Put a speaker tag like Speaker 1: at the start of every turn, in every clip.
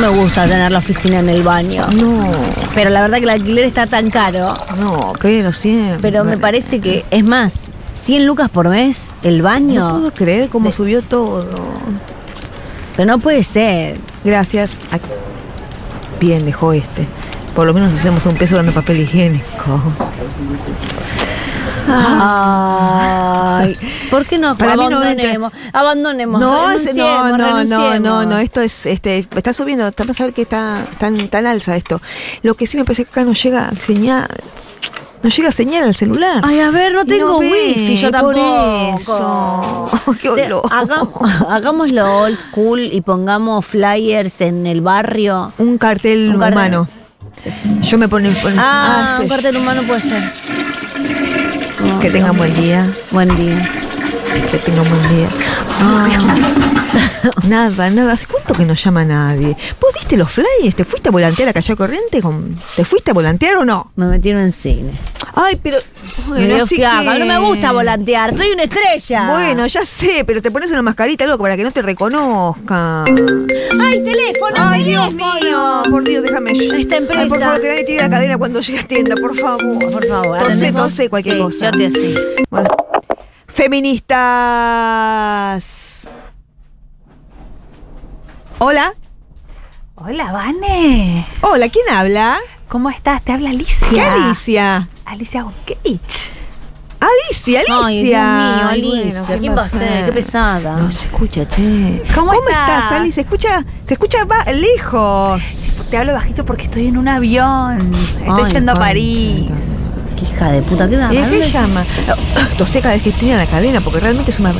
Speaker 1: No me gusta tener la oficina en el baño.
Speaker 2: No,
Speaker 1: Pero la verdad que el alquiler está tan caro.
Speaker 2: no, pero siempre.
Speaker 1: Pero me parece que, es más, 100 lucas por mes el
Speaker 2: No
Speaker 1: baño.
Speaker 2: puedo creer cómo subió todo.
Speaker 1: Pero no puede ser.
Speaker 2: Gracias. a- Bien, dejó este. Por lo menos usemos un peso dando papel higiénico.
Speaker 1: Ay, ¿por qué no
Speaker 2: Ah. Para mí no
Speaker 1: abandonemos? abandonemos.
Speaker 2: No, ese- no,
Speaker 1: renunciemos,
Speaker 2: no, no,
Speaker 1: renunciemos.
Speaker 2: no, no, esto es, este, está subiendo, está a ver que está tan, tan alza esto. Lo que sí me parece que acá no llega señal, no llega señal al celular.
Speaker 1: Ay, a ver, no tengo
Speaker 2: ve,
Speaker 1: wifi, yo
Speaker 2: por
Speaker 1: tampoco.
Speaker 2: eso. Qué
Speaker 1: Te-
Speaker 2: olor.
Speaker 1: hagamos- hagámoslo old school y pongamos flyers en el barrio.
Speaker 2: Un cartel
Speaker 1: Un cartel.
Speaker 2: humano. Yo me pongo
Speaker 1: Ah, un
Speaker 2: este,
Speaker 1: cartel humano puede ser.
Speaker 2: que tengan buen día,
Speaker 1: Buen día.
Speaker 2: que tengan buen día.
Speaker 1: Ah.
Speaker 2: Ay, Dios. Nada, nada. ¿Hace cuánto que no llama nadie? ¿Vos diste los flyers? ¿Te fuiste a volantear a Calle Corriente? con- ¿Te fuiste a volantear o no?
Speaker 1: Me metieron en cine.
Speaker 2: Ay, pero.
Speaker 1: Me
Speaker 2: Bueno,
Speaker 1: dio
Speaker 2: así
Speaker 1: fiaca,
Speaker 2: que-
Speaker 1: No me gusta volantear, soy una estrella.
Speaker 2: Bueno, ya sé, pero te pones una mascarita, algo para que no te reconozcan.
Speaker 1: ¡Ay, teléfono!
Speaker 2: Ay, Dios
Speaker 1: teléfono!
Speaker 2: mío, por Dios, déjame.
Speaker 1: Esta empresa.
Speaker 2: Ay, por favor, que nadie tire la cadena cuando llegue a tienda, por favor.
Speaker 1: Por favor,
Speaker 2: Tosé,
Speaker 1: atendemos.
Speaker 2: tosé, cualquier
Speaker 1: Sí,
Speaker 2: cosa.
Speaker 1: Yo te sí.
Speaker 2: Bueno. Feministas. Hola.
Speaker 3: Hola, Vane.
Speaker 2: Hola, ¿quién habla?
Speaker 3: ¿Cómo estás? Te habla Alicia.
Speaker 2: ¿Qué Alicia?
Speaker 3: Alicia Gokevich.
Speaker 2: Alicia, Alicia.
Speaker 1: Ay, Dios mío,
Speaker 2: Ay, bueno,
Speaker 1: Alicia, ¿quién va a ser? Qué pesada.
Speaker 2: No se escucha, che.
Speaker 3: ¿Cómo
Speaker 2: estás,
Speaker 3: estás?
Speaker 2: Ali? Se escucha, se escucha va- lejos.
Speaker 3: Te hablo bajito porque estoy en un avión. Estoy
Speaker 1: Ay,
Speaker 3: yendo
Speaker 2: concha,
Speaker 3: a París.
Speaker 1: Qué hija de puta, qué
Speaker 3: Ah,
Speaker 2: ¿Y de
Speaker 1: nada.
Speaker 2: qué llama? Tosé cada vez que tiene la cadena, porque realmente es una.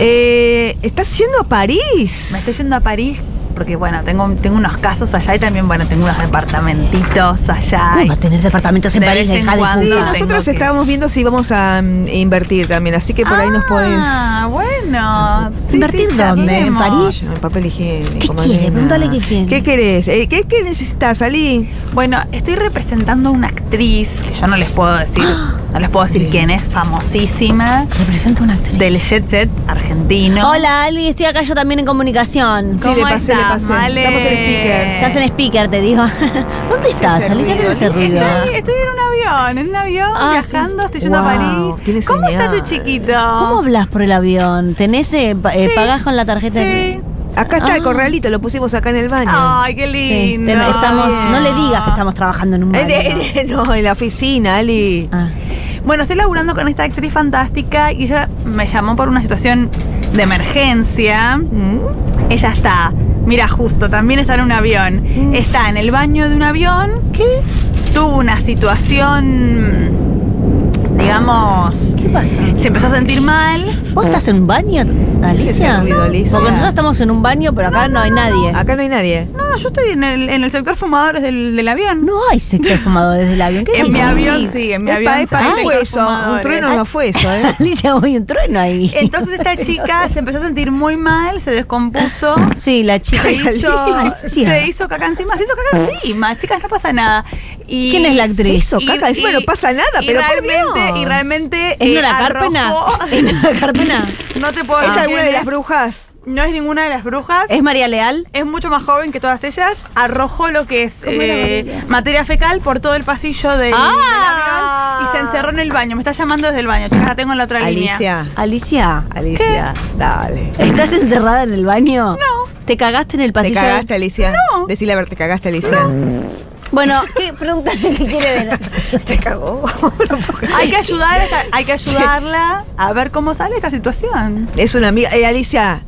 Speaker 2: Eh, ¿Estás yendo a París?
Speaker 3: Me estoy yendo a París porque, bueno, tengo, tengo unos casos allá y también, bueno, tengo unos departamentitos allá.
Speaker 1: ¿Cómo va a tener departamentos en
Speaker 3: De
Speaker 1: París, la
Speaker 3: vez en
Speaker 1: hija de
Speaker 3: cuando.
Speaker 2: Sí,
Speaker 1: puta?
Speaker 3: tengo
Speaker 2: nosotros
Speaker 3: que-
Speaker 2: estábamos viendo si íbamos a mm, invertir también, así que por ahí nos podés.
Speaker 3: Ah, bueno. Sí,
Speaker 1: ¿Invertir
Speaker 3: sí, ya
Speaker 1: dónde? ¿En
Speaker 3: veremos.
Speaker 1: París?
Speaker 2: En papel higiénico.
Speaker 1: ¿Qué quiere?
Speaker 2: nena.
Speaker 1: Preguntale qué quiere.
Speaker 2: ¿Qué querés? Eh, ¿qué, qué necesitas, Ali?
Speaker 3: Bueno, estoy representando a una actriz que yo no les puedo decir, no les puedo decir
Speaker 2: Bien.
Speaker 3: quién es, famosísima,
Speaker 1: Representa una actriz.
Speaker 3: del jet set argentino.
Speaker 1: Hola, Ali, estoy acá yo también en comunicación.
Speaker 2: Sí, le pasé, le pasé. Estamos en speakers.
Speaker 1: Estás en speaker, te digo. ¿Dónde estás,
Speaker 2: ese
Speaker 1: Alicia? ¿Qué
Speaker 2: ruido,
Speaker 1: es ese ruido?
Speaker 2: Alicia.
Speaker 3: Estoy, estoy en un avión, en un avión,
Speaker 1: Ah, sí.
Speaker 3: viajando, estoy yendo
Speaker 2: Guau,
Speaker 3: a París.
Speaker 2: tiene
Speaker 3: ¿Cómo está tu
Speaker 2: señal.
Speaker 3: chiquito?
Speaker 1: ¿Cómo hablas por el avión? ¿Tenés, eh, pa- eh, pagás con la tarjeta?
Speaker 3: Sí.
Speaker 2: Acá está el
Speaker 1: Ah.
Speaker 2: corralito, lo pusimos acá en el baño.
Speaker 3: Ay, qué
Speaker 1: Sí,
Speaker 3: lindo.
Speaker 1: ten- estamos, no le digas que estamos trabajando en un
Speaker 2: Eh,
Speaker 1: baño.
Speaker 2: de- de- no, en la oficina, Ali.
Speaker 1: Ah.
Speaker 3: Bueno, estoy laburando con esta actriz fantástica y ella me llamó por una situación de emergencia.
Speaker 2: Mm.
Speaker 3: Ella está, mira, justo, también está en un avión. Está en el baño de un avión.
Speaker 1: ¿Qué?
Speaker 3: tuvo una situación, digamos,
Speaker 1: ¿Qué pasa?
Speaker 3: se empezó a sentir mal.
Speaker 1: ¿Vos estás en un baño, Alicia?
Speaker 2: ese ruido, Alicia?
Speaker 1: Porque nosotros estamos en un baño, pero acá no hay nadie.
Speaker 2: Acá no hay nadie.
Speaker 3: No, yo estoy en el, en el sector fumadores del, del avión.
Speaker 1: No hay sector fumador desde el avión. ¿Qué
Speaker 3: En mi
Speaker 1: dices?
Speaker 3: avión, sí, en mi
Speaker 2: Epa,
Speaker 3: avión.
Speaker 2: epa, ¿qué
Speaker 3: sí,
Speaker 2: fue
Speaker 3: hay
Speaker 2: eso? Un
Speaker 3: fumadores.
Speaker 2: trueno no fue eso, ¿eh?
Speaker 1: Alicia, voy un trueno ahí.
Speaker 3: Entonces esta chica se empezó a sentir muy mal, se descompuso.
Speaker 1: Sí, la chica.
Speaker 3: Se hizo,
Speaker 1: Alicia.
Speaker 3: se hizo caca encima, se hizo caca encima, chicas, no pasa nada. Y-
Speaker 1: ¿Quién es la actriz?
Speaker 2: Se hizo caca encima, no pasa nada, pero por
Speaker 3: realmente-
Speaker 2: Dios.
Speaker 3: Y realmente.
Speaker 1: ¿Es
Speaker 3: eh,
Speaker 1: Nora Carpena?
Speaker 3: arrojó-
Speaker 1: ¿Es Nora Carpena?
Speaker 3: No te puedo
Speaker 1: Ah,
Speaker 2: es
Speaker 3: decir
Speaker 2: alguna
Speaker 3: quién
Speaker 2: de
Speaker 3: es.
Speaker 2: las brujas.
Speaker 3: No es ninguna de las brujas.
Speaker 1: ¿Es María Leal?
Speaker 3: es mucho más joven que todas ellas, arrojó lo que es eh, materia fecal por todo el pasillo del, del
Speaker 1: Ah.
Speaker 3: avión y se encerró en el baño. Me está llamando desde el baño, chicas, la tengo en la otra línea.
Speaker 2: Alicia,
Speaker 1: Alicia,
Speaker 2: Alicia, dale.
Speaker 1: ¿estás encerrada en el baño? No. ¿Te cagaste en el
Speaker 2: ¿Te
Speaker 1: pasillo?
Speaker 2: cagaste, Alicia?
Speaker 3: No.
Speaker 2: Decile a ver, ¿te cagaste, Alicia?
Speaker 1: Bueno, ¿qué pregunta qué quiere ver?
Speaker 2: Te cagó.
Speaker 3: Hay que, ayudar a esta- hay que ayudarla a ver cómo sale esta situación.
Speaker 2: es una amiga. Eh, Alicia,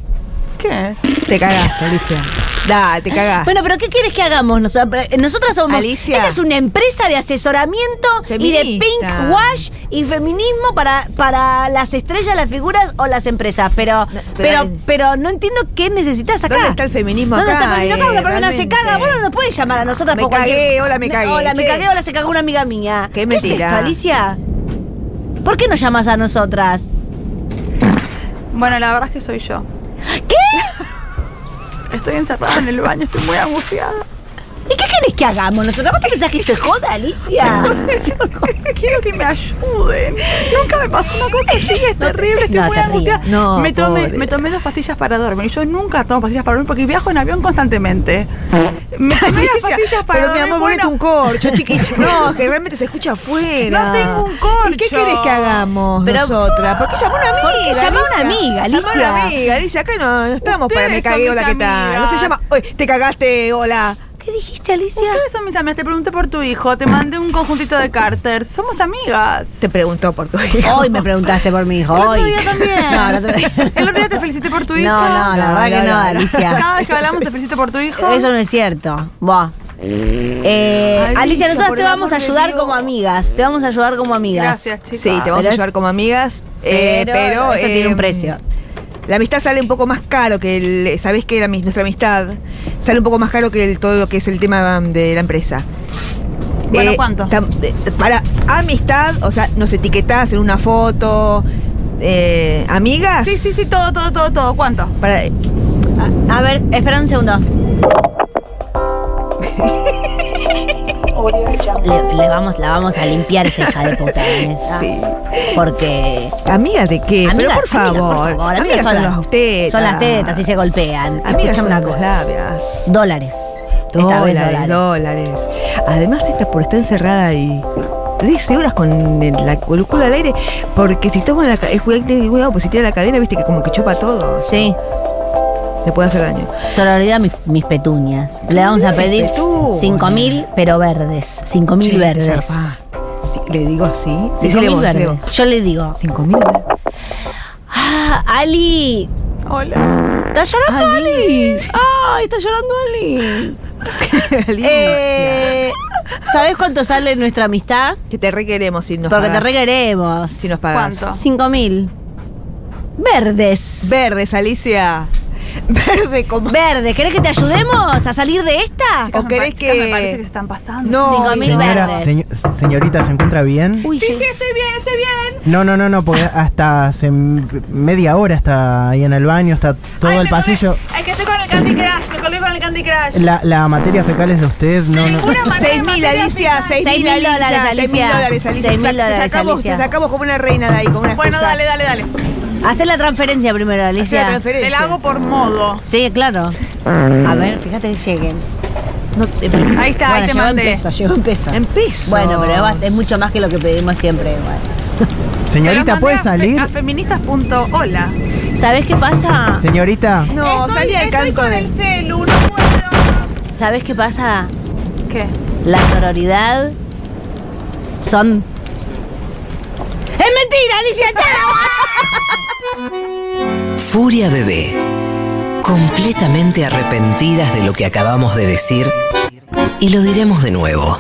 Speaker 3: ¿Qué es?
Speaker 2: te cagaste, Alicia. Da, te cagaste.
Speaker 1: Bueno, pero ¿qué quieres que hagamos? Nosotras, nosotras somos.
Speaker 2: Alicia.
Speaker 1: Esta es una empresa de asesoramiento
Speaker 2: Feminista.
Speaker 1: y de pink wash y feminismo para, para las estrellas, las figuras o las empresas. Pero,
Speaker 2: No, pero-
Speaker 1: pero, pero, no entiendo qué necesitas acá.
Speaker 2: ¿Dónde está el feminismo
Speaker 1: ¿Dónde
Speaker 2: acá,
Speaker 1: está el feminismo acá?
Speaker 2: eh,
Speaker 1: Una persona se
Speaker 2: realmente.
Speaker 1: caga. Bueno, no nos pueden llamar a nosotras
Speaker 2: Me
Speaker 1: por cualquier-
Speaker 2: cagué, hola, me cagué,
Speaker 1: Hola, me
Speaker 2: che.
Speaker 1: cagué, hola, se cagó una amiga mía.
Speaker 2: Qué
Speaker 1: es
Speaker 2: mentira.
Speaker 1: esto, Alicia? ¿Por qué no llamas a nosotras?
Speaker 3: Bueno, la verdad es que soy yo.
Speaker 1: ¿Qué?
Speaker 3: Estoy encerrada en el baño, estoy muy angustiada.
Speaker 1: ¿Y qué querés que hagamos? ¿Nosotros vos te pensás que esto es joda, Alicia?
Speaker 3: Quiero que me ayuden. Nunca me pasó una cosa así, es terrible, estoy
Speaker 1: no
Speaker 3: muy
Speaker 1: te rías.
Speaker 3: angustiada.
Speaker 2: No,
Speaker 3: me, tomé,
Speaker 2: pobre.
Speaker 3: me tomé dos pastillas para dormir. Yo nunca tomo pastillas para dormir porque viajo en avión constantemente. Me tomé las
Speaker 2: Alicia,
Speaker 3: pastillas para
Speaker 2: pero mi
Speaker 3: dormir.
Speaker 2: amor,
Speaker 3: bueno,
Speaker 2: ponete un corcho, chiquito. No, que realmente se escucha afuera.
Speaker 3: No tengo un corcho.
Speaker 2: ¿Y qué querés que hagamos
Speaker 1: Pero-
Speaker 2: nosotras? ¿Por qué llamó una amiga?
Speaker 1: Porque llamó una
Speaker 2: Alicia?
Speaker 1: amiga,
Speaker 2: Llamó una
Speaker 1: Alicia.
Speaker 2: amiga, Alicia. Acá no, no estamos para me
Speaker 3: Ustedes son
Speaker 2: cagué, hola,
Speaker 3: mis
Speaker 2: ¿qué tal? No
Speaker 3: amigas.
Speaker 2: se llama, "Oye, te cagaste, hola.
Speaker 1: ¿Qué dijiste, Alicia?
Speaker 3: Ustedes son mis amigas, te pregunté por tu hijo, te mandé un conjuntito de Carter. Somos amigas.
Speaker 2: Te preguntó por tu hijo.
Speaker 1: Hoy me preguntaste por mi hijo,
Speaker 3: El
Speaker 1: hoy.
Speaker 3: otro día también.
Speaker 1: No, el otro día.
Speaker 3: El otro día te felicité por tu hijo.
Speaker 1: No, no, la
Speaker 2: No,
Speaker 1: verdad que
Speaker 2: no,
Speaker 1: no,
Speaker 2: no, no.
Speaker 1: Alicia. Eh,
Speaker 3: Cada vez Ah, que hablamos te felicito por tu hijo.
Speaker 1: Eso no es cierto. Buah. Eh,
Speaker 2: Alicia,
Speaker 1: Alicia, nosotros
Speaker 2: por
Speaker 1: te
Speaker 2: el
Speaker 1: vamos a
Speaker 2: amor de
Speaker 1: ayudar
Speaker 2: Dios.
Speaker 1: como amigas. Te vamos a ayudar como amigas.
Speaker 3: Gracias, chicas.
Speaker 2: Sí, te vamos
Speaker 1: Pero-
Speaker 2: a ayudar como amigas, eh,
Speaker 1: Pero
Speaker 2: pero...
Speaker 1: esto tiene un precio.
Speaker 2: La amistad sale un poco más caro que el... Sabés que la ami- nuestra amistad sale un poco más caro que el- todo lo que es el tema um, de la empresa.
Speaker 3: Bueno, ¿cuánto?
Speaker 2: tam- eh, para amistad, o sea, nos etiquetás en una foto. eh, amigas.
Speaker 3: Sí, sí, sí, todo, todo, todo, todo. ¿Cuánto?
Speaker 2: Para,
Speaker 1: A ver, espera un segundo. Le, le vamos, la vamos a limpiar esta hija de puta, Vanessa.
Speaker 2: sí.
Speaker 1: Porque.
Speaker 2: ¿Amigas de qué? pero por favor.
Speaker 1: Ah. amigas, por favor, amigas
Speaker 2: Amigas son las tetas.
Speaker 1: Son las tetas y se golpean. Escuchame
Speaker 2: Amigas son
Speaker 1: una
Speaker 2: los
Speaker 1: cosa.
Speaker 2: labias.
Speaker 1: Dólares. Esta vez
Speaker 2: Dólares, dólares. Además, esta por estar encerrada y 13 horas con el- la colúcula al aire, porque si toma la ca- es cuidado, ten cuidado, pues si tiene la cadena, viste que como que chupa todo,
Speaker 1: Sí.
Speaker 2: te puede hacer daño.
Speaker 1: Sororidad mis, mis petuñas. Le vamos a
Speaker 2: Mis
Speaker 1: pedir
Speaker 2: petuñas.
Speaker 1: 5.000, pero verdes. 5.000
Speaker 2: Che, de
Speaker 1: verdes.
Speaker 2: verdad. Sí, le digo así.
Speaker 1: 5.000 verdes. Yo le digo.
Speaker 2: 5000
Speaker 1: "Ah, Ali,
Speaker 3: Hola.
Speaker 1: está llorando Ali.
Speaker 2: Ali.
Speaker 1: Ay, está llorando Ali.
Speaker 2: Alicia.
Speaker 1: Eh, ¿Sabes cuánto sale nuestra amistad?
Speaker 2: que te requeremos si nos
Speaker 1: Porque
Speaker 2: pagás.
Speaker 1: te requeremos.
Speaker 2: Si nos pagás.
Speaker 3: ¿Cuánto?
Speaker 1: 5.000. Verdes.
Speaker 2: Verdes, Alicia. Verde como.
Speaker 1: Verdes. ¿Querés que te ayudemos a salir de esta?
Speaker 2: ¿O
Speaker 3: Chicas, me
Speaker 2: querés
Speaker 3: pa- chicas,
Speaker 2: que-
Speaker 3: Me parece que se están pasando.
Speaker 2: No,
Speaker 1: Cinco mil
Speaker 2: Alicia.
Speaker 1: verdes.
Speaker 4: señ- señorita, ¿se encuentra bien?
Speaker 1: Uy,
Speaker 3: Sí,
Speaker 1: sí.
Speaker 3: sí, estoy bien, estoy bien.
Speaker 4: No, no, no, no, porque hasta hace m- media hora está ahí en el baño, está todo
Speaker 3: Ay,
Speaker 4: el
Speaker 3: me colgué.
Speaker 4: pasillo.
Speaker 3: Es que estoy con el Candy Crush, me colgué con el Candy Crush.
Speaker 4: La, la materia fecal es de usted, no, no.
Speaker 3: Ninguna materia
Speaker 2: 6.000,
Speaker 3: materia
Speaker 2: Alicia,
Speaker 3: final.
Speaker 2: 6.000
Speaker 1: 6.000 dólares,
Speaker 2: Alicia, 6.000
Speaker 1: Alicia.
Speaker 2: dólares,
Speaker 1: 6.000
Speaker 2: Alicia. Te sac-
Speaker 1: dólares,
Speaker 2: Te sacamos,
Speaker 1: Alicia.
Speaker 2: te sacamos como una reina de ahí, como una excusa.
Speaker 3: Bueno, dale, dale, dale.
Speaker 1: Hacé la transferencia primero,
Speaker 2: Hacé la
Speaker 1: Alicia.
Speaker 2: transferencia.
Speaker 3: Te la hago por modo.
Speaker 1: Sí, claro. A ver, fíjate que lleguen.
Speaker 2: No, eh,
Speaker 3: Ahí está,
Speaker 1: bueno, llegó
Speaker 3: ahí te
Speaker 1: en
Speaker 3: mandé.
Speaker 1: peso, llegó en peso.
Speaker 2: en pesos.
Speaker 1: Bueno, pero basta, es mucho más que lo que pedimos siempre. Bueno.
Speaker 4: Señorita, ¿puede salir?
Speaker 3: A feministas.hola.
Speaker 1: ¿Sabés qué pasa?
Speaker 4: Señorita,
Speaker 2: No, salí al canto
Speaker 3: con
Speaker 2: de.
Speaker 3: el celu, no puedo.
Speaker 1: ¿Sabés qué pasa?
Speaker 3: ¿Qué?
Speaker 1: La sororidad son. ¡Es mentira, Alicia!
Speaker 5: Furia Bebé. Completamente arrepentidas de lo que acabamos de decir y lo diremos de nuevo.